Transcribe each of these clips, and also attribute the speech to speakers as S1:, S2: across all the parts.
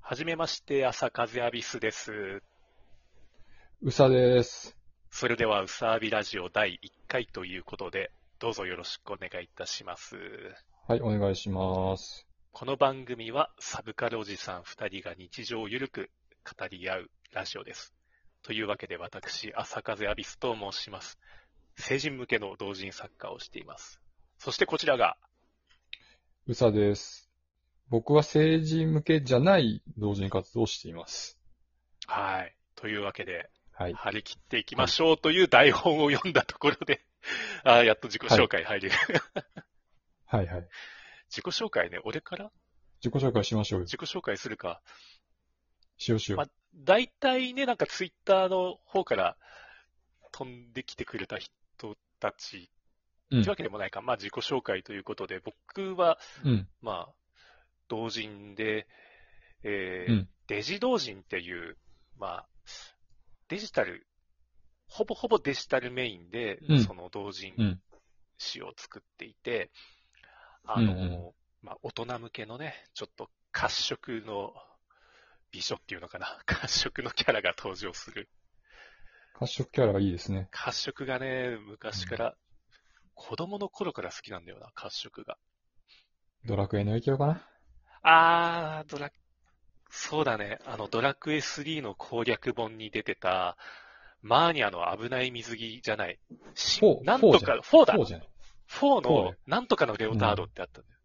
S1: はじめまして、朝風アビスです。
S2: うさです。
S1: それでは、うさあびラジオ第1回ということで、どうぞよろしくお願いいたします。
S2: はい、お願いします。
S1: この番組は、サブカルおじさん2人が日常をゆるく語り合うラジオです。というわけで、私、朝風アビスと申します。成人向けの同人作家をしています。そしてこちらが、
S2: うさです。僕は成人向けじゃない同人活動をしています。
S1: はい。というわけで、
S2: はい。
S1: 張り切っていきましょうという台本を読んだところで、あーやっと自己紹介入れる。
S2: はいはい。
S1: 自己紹介ね、俺から
S2: 自己紹介しましょうよ。
S1: 自己紹介するか。
S2: しようしよ
S1: まあ、大体ね、なんかツイッターの方から飛んできてくれた人たち
S2: う。う
S1: っ
S2: ん
S1: てわ。けでもないか。まあ、自己紹介ということで、僕は、
S2: うん。
S1: まあ、同人で、えー
S2: うん
S1: デジ同人っていう、まあ、デジタル、ほぼほぼデジタルメインで、
S2: うん
S1: その同人
S2: うん
S1: 誌を作っていて、あの、
S2: うんう
S1: まあ、大人向けのね、ちょっと褐色の、美女っていうのかな 褐色のキャラが登場する。
S2: 褐色キャラがいいですね。
S1: 褐色がね、昔から、子供の頃から好きなんだよな、褐色が。
S2: ドラクエの影響かな
S1: あー、ドラ、そうだね。あの、ドラクエ3の攻略本に出てた、マーニャの危ない水着じゃない。し
S2: フォー
S1: なんと
S2: フォーじゃ
S1: か、フォーだ。
S2: そうじゃない。
S1: フォー
S2: フォー
S1: の
S2: ね、
S1: なんとかのレオタードってあったんだよ。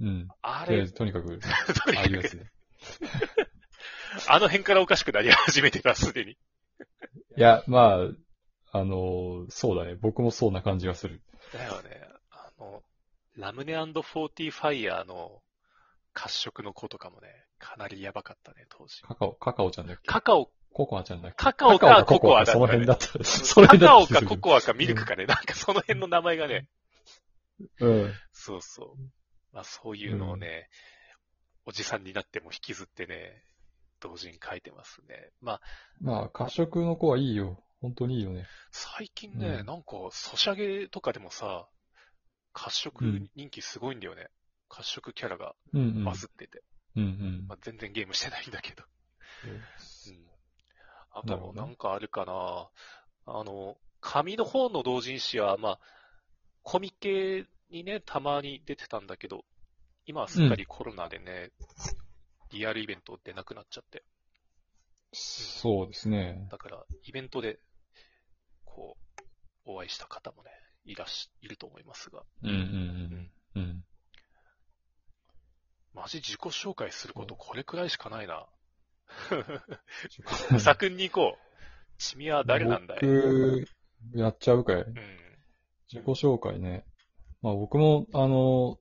S2: うん。
S1: あ
S2: とりあ
S1: れ
S2: え ず、、とにかく、
S1: とに
S2: あ
S1: か
S2: あいうや
S1: く
S2: つね。
S1: あの辺からおかしくなり始めてた、すでに。
S2: いや、まあ、あのー、そうだね。僕もそうな感じがする。
S1: だよね。あの、ラムネ &40 ファイヤーの褐色の子とかもね、かなりやばかったね、当時。
S2: カカオ、カカオちゃんだっけ
S1: カカオ、
S2: ココアちゃんだっけ
S1: カカオかココアだった
S2: そ
S1: ね
S2: の辺だった。それ
S1: カ
S2: だった
S1: カオ
S2: 気が
S1: か
S2: する
S1: ココアかミルクかね、なんかその辺の名前がね、
S2: うん。
S1: そうそう。まあ、そういうのをね、おじさんになっても引きずってね、同時に書いてますね。まあ、
S2: まあ、褐色の子はいいよ。本当にいいよね。
S1: 最近ね、
S2: うん
S1: なんか、ソシャゲとかでもさ、褐色人気すごいんだよね。褐色キャラが
S2: うんうん。
S1: バズってて。
S2: うんうん
S1: ま。あ、全然ゲームしてないんだけど。うん。あ
S2: な
S1: と
S2: るほ
S1: も
S2: ど
S1: なんかあるかな。あの、紙の方の同人誌は、まあ、コミケにね、たまに出てたんだけど、今はすっかりコロナでね、リアルイベント出なくなっちゃって、
S2: そうですね。
S1: だから、イベントで、こう、お会いした方もね、いらっし、いると思いますが、
S2: うんうんうん。うん。
S1: マジ自己紹介することこれくらいしかない な。さくんに行こう。君は誰なんだいうん。
S2: 僕、やっちゃうかい。自己紹介ね。まあ僕も、あの、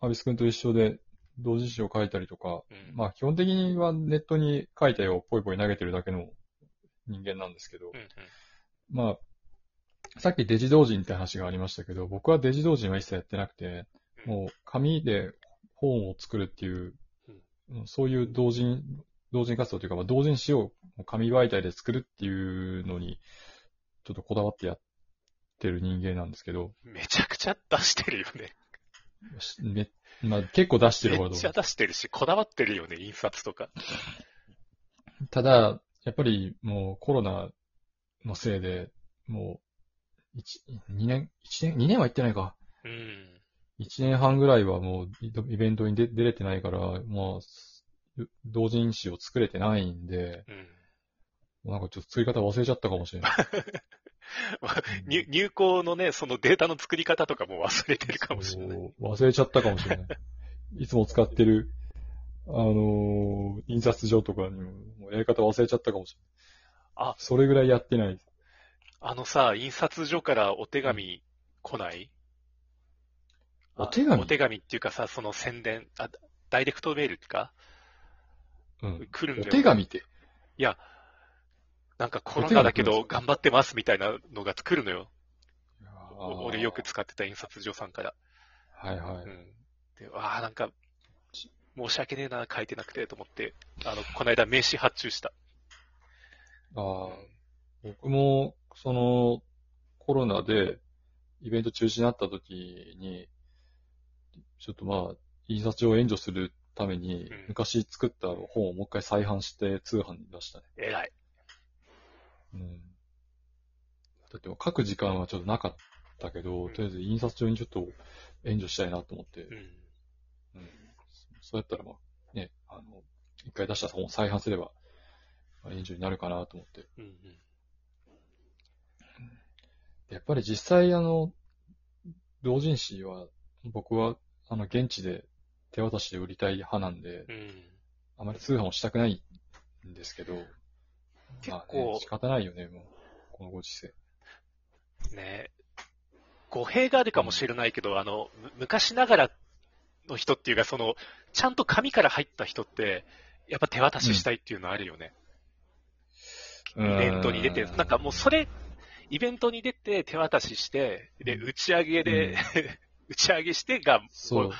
S2: アビス君と一緒で、同時誌を書いたりとか、
S1: うん。
S2: まあ基本的にはネットに書いた絵をポイポイ投げてるだけの人間なんですけど
S1: う、んうん。
S2: まあ、さっきデジ同人って話がありましたけど、僕はデジ同人は一切やってなくて、
S1: うん
S2: もう紙で本を作るっていう、うんそういう同人、同人活動というか、まあ、同人誌を紙媒体で作るっていうのに、ちょっとこだわってやってる人間なんですけど、
S1: めちゃくちゃ出してるよね。
S2: しめまあ、結構出してる
S1: め
S2: ほ
S1: っ
S2: ど。
S1: ちゃ出してるし、こだわってるよね、印刷とか。
S2: ただ、やっぱりもうコロナのせいで、もう、一、二年、一年、二年は行ってないか。
S1: うん。
S2: 一年半ぐらいはもうイイベントに出出れてないから、まあ、す同人誌を作れてないんで、
S1: うん。
S2: なんかちょっと作り方忘れちゃったかもし れない。
S1: 入入稿のね、そのデータの作り方とかもう忘れてるかもしれない。
S2: そう忘れちゃったかもしれない。いつも使ってる、あのー印刷所とかにも、もうやり方忘れちゃったかもしれない。
S1: あ
S2: それぐらいやってない。
S1: あのさ、印刷所からお手紙来ない
S2: お手紙
S1: あお手紙っていうかさ、その宣伝、あダイレクトメールか
S2: うん。
S1: 来るん
S2: お
S1: だよ。
S2: 手紙って。
S1: いや、なんかコロナだけ
S2: お手紙来
S1: ど
S2: るんですか
S1: 頑張ってますみたいなのが来るのよ。お俺よく
S2: あ
S1: 使ってた印刷所さんから。
S2: ーはいは
S1: う
S2: い。
S1: ん。で、わあ、なんか、申し訳ねえな、書いてなくて、と思って、あの、この間名刺発注した。
S2: ああ、僕も、その、コロナで、イベント中止になった時に、ちょっとまあ、印刷所を援助するために
S1: うん、
S2: 昔作った本をもう一回再販して通販に出したね。
S1: 偉い。
S2: うん。だって書く時間はちょっとなかったけど、とりあえず印刷中にちょっと援助したいなと思って、
S1: うん。
S2: うんそうやったら、まあ、ね、あの、一回出した本を再販すれば、まあ、援助になるかなと思って。
S1: うんうん。
S2: やっぱり実際、あの、同人誌は、僕は、あの、現地で手渡しで売りたい派なんで、
S1: うん。
S2: あまり通販をしたくないんですけど、
S1: 結
S2: まあね
S1: 構
S2: 仕方ないよね、もう。このご時世。
S1: ね、語弊があるかもしれないけど、あの、む昔ながらの人っていうか、その、ちゃんと紙から入った人って、やっぱ手渡ししたいっていうのあるよね。イベントに出て、なんかもうそれ、イベントに出て手渡しして、で、打ち上げで、
S2: うん
S1: 打ち上げしてが、
S2: そう、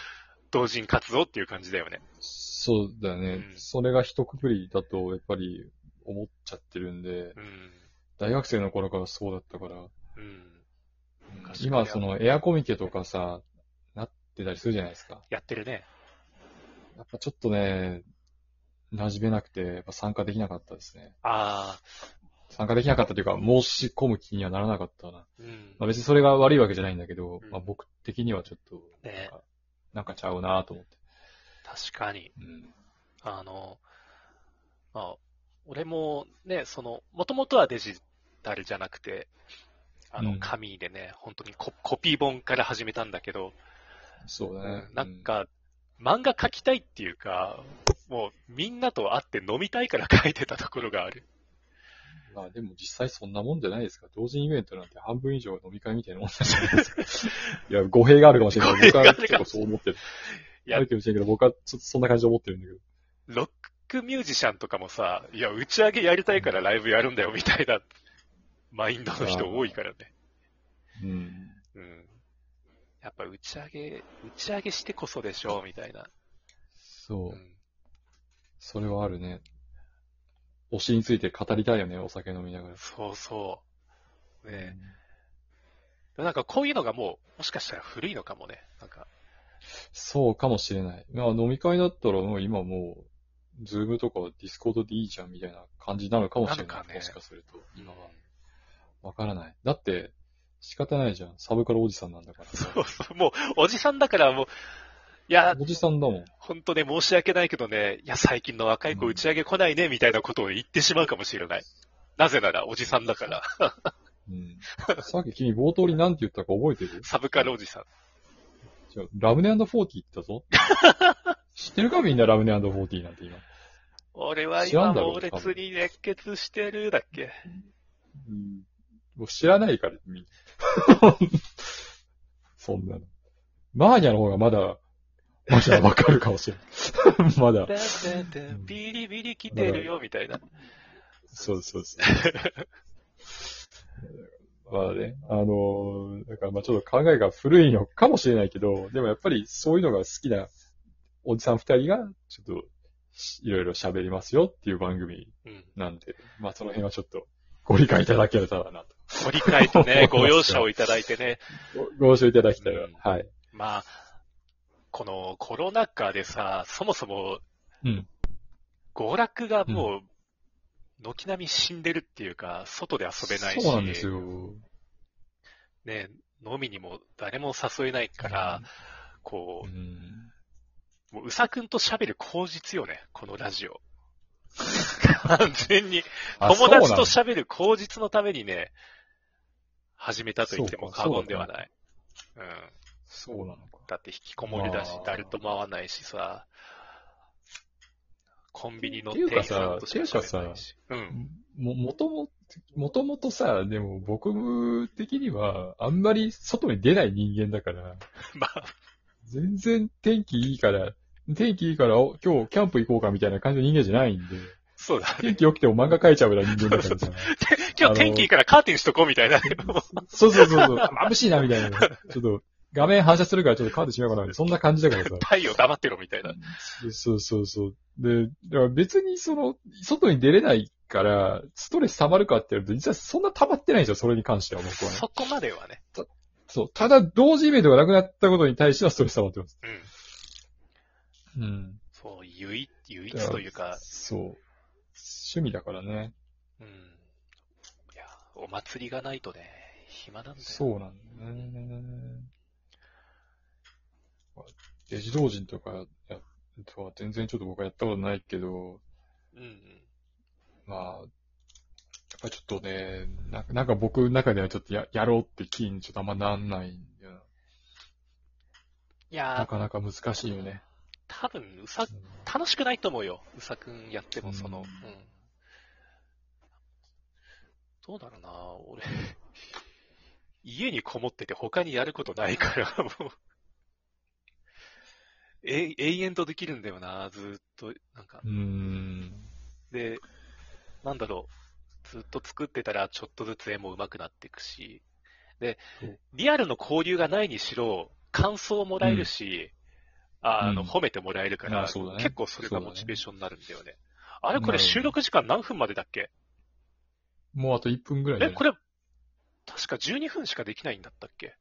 S1: 同人活動っていう感じだよね。
S2: そうだよね。
S1: うん
S2: それが一括りだと、やっぱり、思っちゃってるんで、
S1: うん。
S2: 大学生の頃からそうだったから、
S1: うん。昔から
S2: 今、そのエアコミケとかさ、なってたりするじゃないですか。
S1: やってるね。
S2: やっぱちょっとね、馴染めなくて、やっぱ参加できなかったですね。
S1: ああ、
S2: 参加できなかったというか、申し込む気にはならなかったな。
S1: うん
S2: まあ、。別にそれが悪いわけじゃないんだけど、
S1: うん
S2: まあ、僕的にはちょっとなんか、
S1: ね
S2: なんかちゃうなと思って。
S1: 確かに。
S2: うん。
S1: あの、まあ、俺もね、その、もともとはデジタルじゃなくて、あ
S2: う
S1: の、
S2: ん
S1: 紙でね、本当にココピー本から始めたんだけど、
S2: そうだね。
S1: なんか、漫画描きたいっていうか、もうみんなと会って飲みたいから描いてたところがある。
S2: うん、まあでも実際そんなもんじゃないですか。同人イベントなんて半分以上飲み会みたいなもんじゃないですか。 いや、語弊があるかもしれない。僕
S1: 語弊があ
S2: は
S1: る
S2: 結
S1: かも
S2: 構そう思ってる。
S1: いや
S2: あるかもしれないけど、僕はちょっとそんな感じで思ってるんだけど。
S1: ロックミュージシャンとかもさ、いや、打ち上げやりたいからライブやるんだよみたいな、マインドの人多いからね。
S2: うん。
S1: うん。やっぱ打ち上げ、打ち上げしてこそでしょ、みたいな。
S2: そうう。
S1: ん
S2: それはあるね。推しについて語りたいよね、お酒飲みながら。
S1: そうそう。ねえなんかこういうのがもう、もしかしたら古いのかもね。なんか、
S2: そうかもしれない。まあ飲み会だったらもう今もう、ズームとかディスコードでいいじゃんみたいな感じなのかもしれ
S1: な
S2: な
S1: のか
S2: い。
S1: ね
S2: もしかすると。
S1: 今は。
S2: わからない。だって、仕方ないじゃん。サブからおじさんなんだから
S1: そうそう、 もう、おじさんだからもう、いや、
S2: おじさんだもん。
S1: 本当ね、申し訳ないけどね、いや、最近の若い子
S2: うん
S1: 打ち上げ来ないね、みたいなことを言ってしまうかもしれない。なぜなら、おじさんだ から、
S2: うん。さっき君冒頭に何て言ったか覚えてる
S1: サブカルおじさん。
S2: 違うラムネ &40 って言った ぞ。知ってるかみんなラムネ &40 なんて今。
S1: 俺は
S2: 知ら
S1: 今、
S2: んだろ
S1: 猛烈に熱血してる、だっけ。
S2: うん。もう知らないから、みんな。 そんなの。マーニャの方がまだ、まだわかるかもしれない。 まだ。
S1: てんてんてんビリビリ来てるよ、みたいな。
S2: そうそう そう。まあね、あのーだからまあちょっと考えが古いのかもしれないけど、でもやっぱりそういうのが好きなおじさん二人が、ちょっと、いろいろ喋りますよっていう番組
S1: うん。
S2: なんで、まあその辺はちょっとご理解いただけたらなと。
S1: ご理解と ね、ご容赦をいただいてね、
S2: ごご了承いただきたら、
S1: うん
S2: はい。
S1: まあ、このコロナ禍でさ、そもそも
S2: うん。
S1: 娯楽がもう、軒並み死んでるっていうか、外で遊べないし、
S2: そうなんですよ。
S1: ね、飲みにも誰も誘えないから、こ
S2: うん
S1: う、もううさくんと喋る口実よね、このラ ジオ。完全に、
S2: あ
S1: 友達と
S2: そう
S1: 喋る口実のためにね、始めたと言っても
S2: そうか
S1: 過言ではない。うん。
S2: なのそうなのか。
S1: だって引きこもりだし
S2: ま、あ
S1: 誰とも会わないしさ、コンビニの
S2: っていう
S1: 店員
S2: か
S1: さん
S2: さ
S1: としか喋んないし。うん。
S2: も、もとも、もともとさ、でも僕的には、あんまり外に出ない人間だから、
S1: まあ、
S2: 全然天気いいから、天気いいから、お今日キャンプ行こうかみたいな感じの人間じゃないんで、
S1: そう だ
S2: 天
S1: ね。
S2: 気良くても漫画描いちゃうような人間だか らさ。
S1: 今日天気いいからカーテンしとこうみたいな。
S2: そうそうそうそう、あ眩しいなみたいな。ちょっと、画面反射するからちょっとカードしようかな、そんな感じだからさ。
S1: 太陽黙ってろみたいな。
S2: そうそうそう。で、だから別にその、外に出れないから、ストレス溜まるかってやると、実はそんな溜まってないんですよ、それに関しては僕はね。
S1: そこまではね。
S2: そう。ただ、同時イベントがなくなったことに対してはストレス溜まってます。
S1: うん。
S2: うん。
S1: こう唯一唯一というか、
S2: そう。趣味だからね。
S1: うん。いや、お祭りがないとね、暇なんだよ。
S2: そうなんだよね。デジ同人とかやとは全然ちょっと僕はやったことないけど、
S1: うんうん。
S2: まあ、やっぱりちょっとね、ななんか僕の中ではちょっとややろうって気にちょっとあんまなんないんだよ
S1: い
S2: な。な
S1: やー、
S2: かなか難しいよね。
S1: 多分うさ、楽しくないと思うよ。うさくんやっても、その、
S2: うん
S1: うん。どうだろうな、俺、 家にこもってて他にやることないから、 もう。え、永遠とできるんだよな、ずーっと、なんか
S2: う。ん。
S1: で、なんだろう、ずっと作ってたらちょっとずつ絵も上手くなっていくし、で
S2: そう、
S1: リアルの交流がないにしろ、感想をもらえるし、ああの、
S2: うん
S1: 褒めてもらえるから、
S2: あそうだね
S1: 結構それがモチベーションになるんだよね。あれこ
S2: な
S1: れ
S2: るほど
S1: 収録時間何分までだっけ
S2: もうあと1分ぐら
S1: え、
S2: い
S1: こ
S2: れ
S1: れ、確か12分しかできないんだったっけ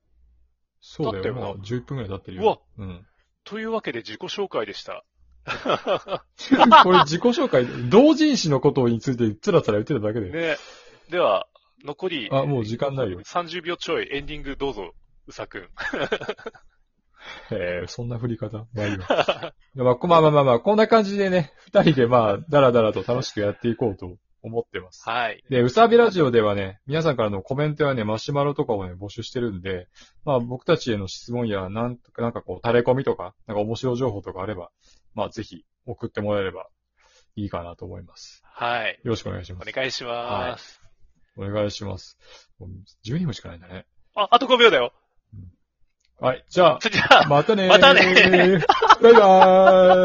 S2: そうだ
S1: だ
S2: よ。
S1: ったよ
S2: も
S1: な
S2: う11分ぐらい経ってる
S1: うわ
S2: よ。うん。
S1: というわけで自己紹介でした。
S2: これ自己紹介、同人誌のことについてつらつら言ってただけで。
S1: ね。では、残り
S2: あ、もう時間ないよ。
S1: 30秒ちょいエンディングどうぞ、うさくん。
S2: へえ、そんな振り方。まあ いいわ。でまあ、こまあまあまあまあ、こんな感じでね、二人でまあ、だらだらと楽しくやっていこうと思ってます。
S1: はい。
S2: で、うさびラジオではね、皆さんからのコメントやね、マシュマロとかをね、募集してるんで、まあ僕たちへの質問や、なんとか、なんかこう、垂れ込みとか、なんか面白い情報とかあれば、まあぜひ送ってもらえればいいかなと思います。
S1: はい。
S2: よろしくお願いしま
S1: お
S2: す。
S1: 願いします。
S2: お願いします。もう12分しかないんだね。
S1: あ、あと5秒だよ。
S2: はい、じゃ
S1: じゃあ
S2: あ、、またねー
S1: またね
S2: バイバーイ